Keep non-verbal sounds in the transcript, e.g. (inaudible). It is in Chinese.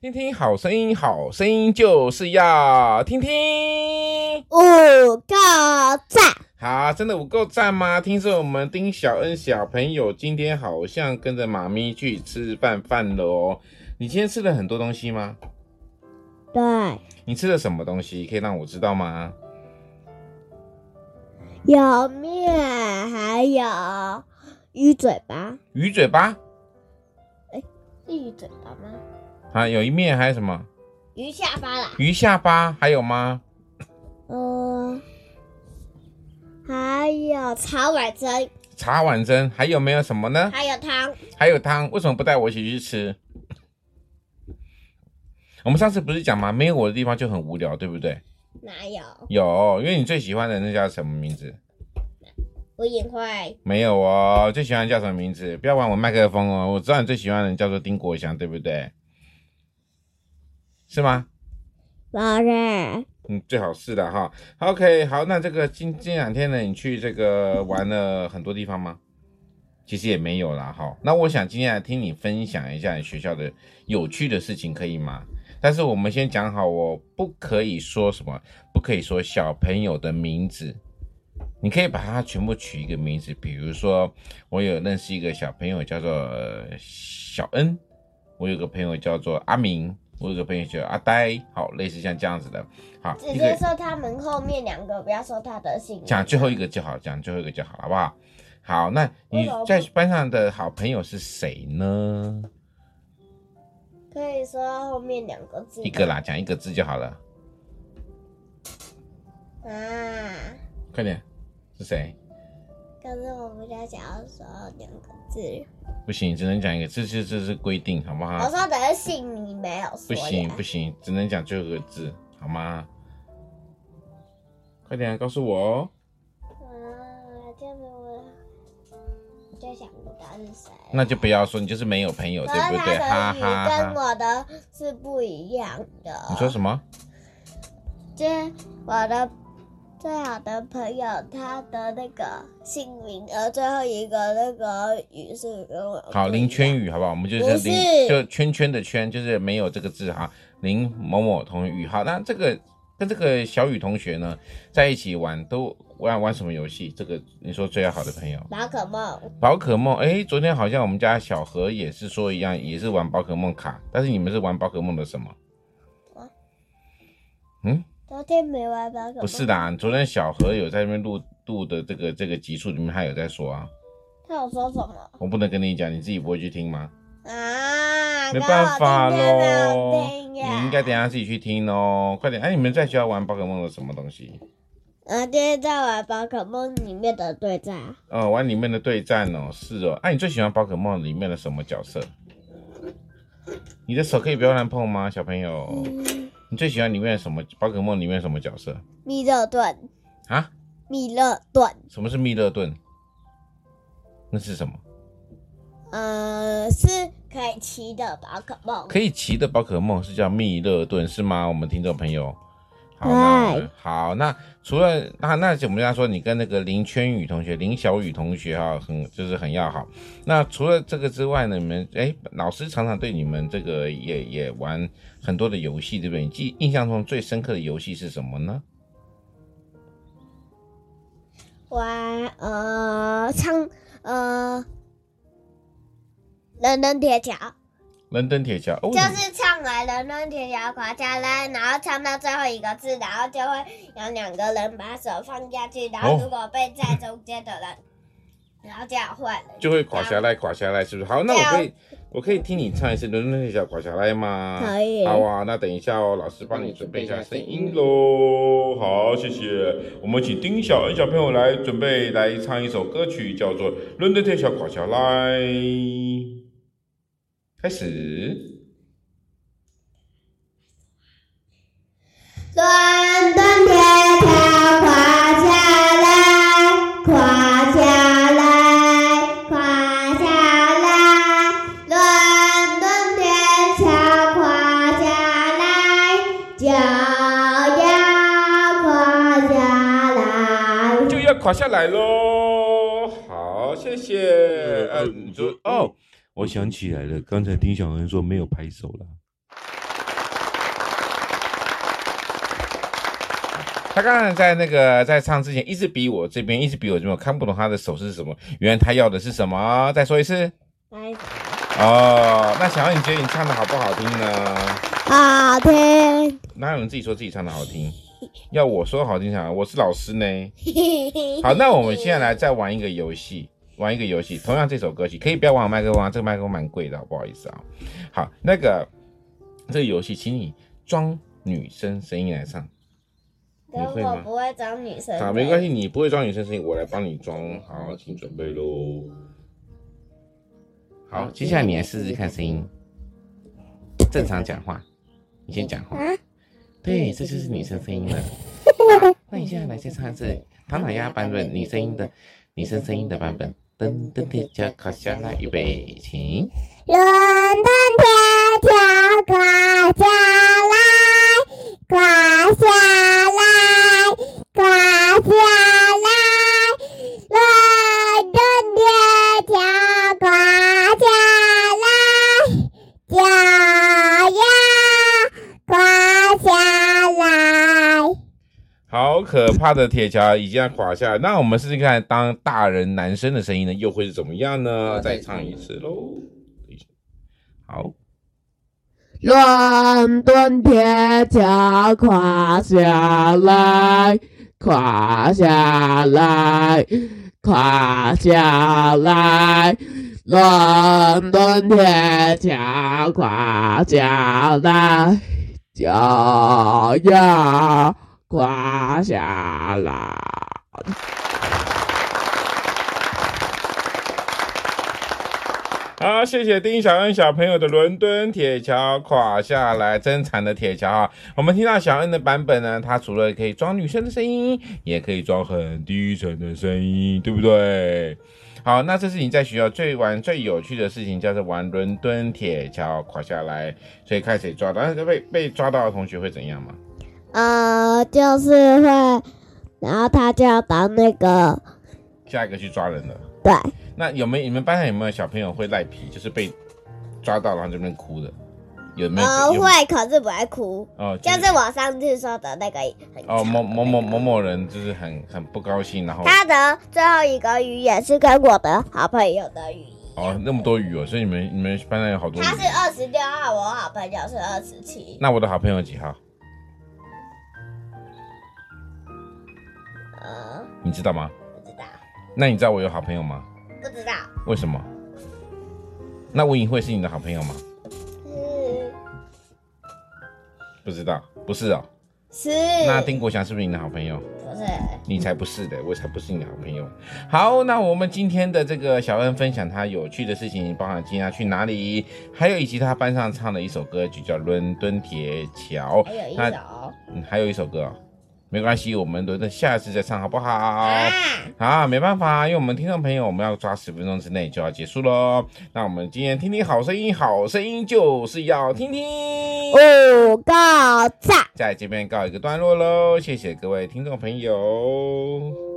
听听好声音，好声音就是要听听。五个赞，好，真的有够赞吗？听说我们丁小恩小朋友今天好像跟着妈咪去吃饭饭了哦。你今天吃了很多东西吗？对，你吃了什么东西？可以让我知道吗？有面，还有鱼嘴巴，鱼嘴巴，是鱼嘴巴吗？啊，有一面还有什么？鱼下巴啦，鱼下巴还有吗？嗯、还有草碗蒸，茶碗蒸还有没有什么呢？还有汤，还有汤，为什么不带我一起去吃？我们上次不是讲吗？没有我的地方就很无聊，对不对？哪有？有，因为你最喜欢的那叫什么名字？我也会，没有哦，最喜欢叫什么名字？不要玩我麦克风哦，我知道你最喜欢的人叫做丁国祥，对不对？是吗？老人，嗯，最好是的哈。OK，好，那这个今这两天呢，你去这个玩了很多地方吗？其实也没有啦哈。那我想今天来听你分享一下你学校的有趣的事情，可以吗？但是我们先讲好哦，不可以说什么，不可以说小朋友的名字，你可以把它全部取一个名字，比如说我有认识一个小朋友叫做、呃小恩，我有个朋友叫做阿明，我有个朋友叫阿呆，好，类似像这样子的，好，直一个接说他们后面两个，不要说他的姓。讲最后一个就好，讲最后一个就好，好不好？好，那为你什么在班上的好朋友是谁呢？可以说后面两个字。一个啦，讲一个字就好了，啊，快点，是谁？可是我比较想要说两个字。不行，只能讲一个，这这这是规定，好不好？我说的是姓，你没有说。啊不行不。行，只能讲最后一个字，好吗？快点告诉我哦。啊，这样子我我就想不到是谁。那就不要说，你就是没有朋友，可对是不对？他哈的语哈哈。跟我的是不一样的。你说什么？就是我的最好的朋友，他的那个姓名，呃，最后一个那个语是跟我好，林宇圈宇，好不好？我们就不是是林，就圈圈的圈，就是没有这个字哈。林某某同学宇，好，那这个跟这个小雨同学呢，在一起玩都玩玩什么游戏？这个你说最好的朋友，宝可梦，宝可梦。哎，昨天好像我们家小何也是说一样，也是玩宝可梦卡，但是你们是玩宝可梦的什么？昨天没玩宝可梦，不是，啦，昨天小何有在那边录录的这个这个集数里面，他有在说啊，他有说什么我不能跟你讲，你自己不会去听吗？啊？没办法刚好今天没有喽，听你呀应该等一下自己去听哦。快点，哎、你们在学校玩宝可梦的什么东西？呃，今天在玩宝可梦里面的对战，哦，玩里面的对战哦，是哦。哎、你最喜欢宝可梦里面的什么角色？你的手可以不要乱碰吗，小朋友？你最喜欢里面什么宝可梦里面什么角色密勒顿，啊？密勒顿，什么是密勒顿？那是什么？呃，是可以骑的宝可梦，可以骑的宝可梦是叫密勒顿是吗？我们听众朋友，好，对那好，那除了那那我们刚才说你跟那个林圈宇同学、林小雨同学哈、很就是很要好。那除了这个之外呢，你们哎，老师常常对你们这个也也玩很多的游戏，对不对？你记印象中最深刻的游戏是什么呢？玩呃唱呃人人铁桥，伦敦铁桥，哦、为就什么是唱来人人铁桥垮下来，然后唱到最后一个字，然后就会有两个人把手放下去，然后哦如果被在中间的人，然后就要换人。就会垮下来，垮下来，是不是？好，那对啊我可以，我可以听你唱一次《伦敦铁桥垮下来》吗？可以好啊，那等一下哦，老师帮你准备一下声音喽。好，谢谢。我们请丁小恩小朋友来准备来唱一首歌曲，叫做《伦敦铁桥垮下来》。开始。伦敦铁桥垮下来，垮下来，垮下来。伦敦铁桥垮下来，就要垮下来。就要垮下来喽。好，谢谢。呃，你说哦，我想起来了，刚才丁小恩说没有拍手了。他刚才在那个在唱之前，一直比我这边，一直比我这边，我看不懂他的手势是什么。原来他要的是什么？再说一次来，哦。那小安，你觉得你唱的好不好听呢？好听。哪有人自己说自己唱的好听？要我说好听啥？我是老师呢。好，那我们现在来再玩一个游戏，玩一个游戏，同样这首歌曲，可以不要玩我麦克风啊，这个麦克风蛮贵的，不好意思啊。好，那个这个游戏，请你装女生声音来唱。可你会我吗不会找女生。好，没关。系，你不会装女生声音，我来帮你装。好，请准备喽。好，接下来你来试试看声音，正常讲话，你先讲话。啊，对，这就是女生声音了。 (laughs) 那你现在来再唱一次唐老鸭版本女声音的女生声音的版本。噔噔噔，加卡下来，预备，请。伦敦铁桥垮下来，垮下来，垮下来。伦敦铁桥垮下来，脚丫垮下来。好可怕的铁桥已经要垮下来，那我们试试看，当大人男生的声音呢，又会是怎么样呢？再唱一次喽。好，伦敦铁桥垮下来，垮下来，垮下来。伦敦铁桥垮下来，脚要垮下来。好，谢谢丁小恩小朋友的《伦敦铁桥垮下来》，真惨的铁桥啊！我们听到小恩的版本呢，它除了可以装女生的声音，也可以装很低沉的声音，对不对？好，那这是你在学校最玩最有趣的事情，叫做玩伦敦铁桥垮下来，所以看谁抓到。但是被被抓到的同学会怎样嘛？呃，就是会，然后他就要当那个，下一个去抓人了。对，那有没有你们班上有没有小朋友会赖皮，就是被抓到然后这边哭的？有没有？呃，有没有会，可是不会哭，哦，就就是我上次说的那个很哦，长某的某那某个某某人就是很很不高兴，然后他的最后一个语言是跟我的好朋友的语言，哦那么多鱼哦，所以你们你们班上有好多鱼他。是二十六号，我好朋友是二十七，那我的好朋友几号？呃，你知道吗？不知道，那你知道我有好朋友吗？不知道，为什么？那吴颖慧是你的好朋友吗？是不知道，不是哦。是，那丁国祥是不是你的好朋友？不是，你才不是的，我才不是你的好朋友。好，那我们今天的这个小恩分享他有趣的事情，包含今天要去哪里，还有以及他班上唱的一首歌曲叫《伦敦铁桥》还有一那首嗯，还有一首歌、哦，没关系，我们轮着下次再唱好不好？啊，啊，没办法，因为我们听众朋友，我们要抓十分钟之内就要结束喽。那我们今天听听好声音，好声音就是要听听。哦五个赞。在这边告一个段落喽，谢谢各位听众朋友。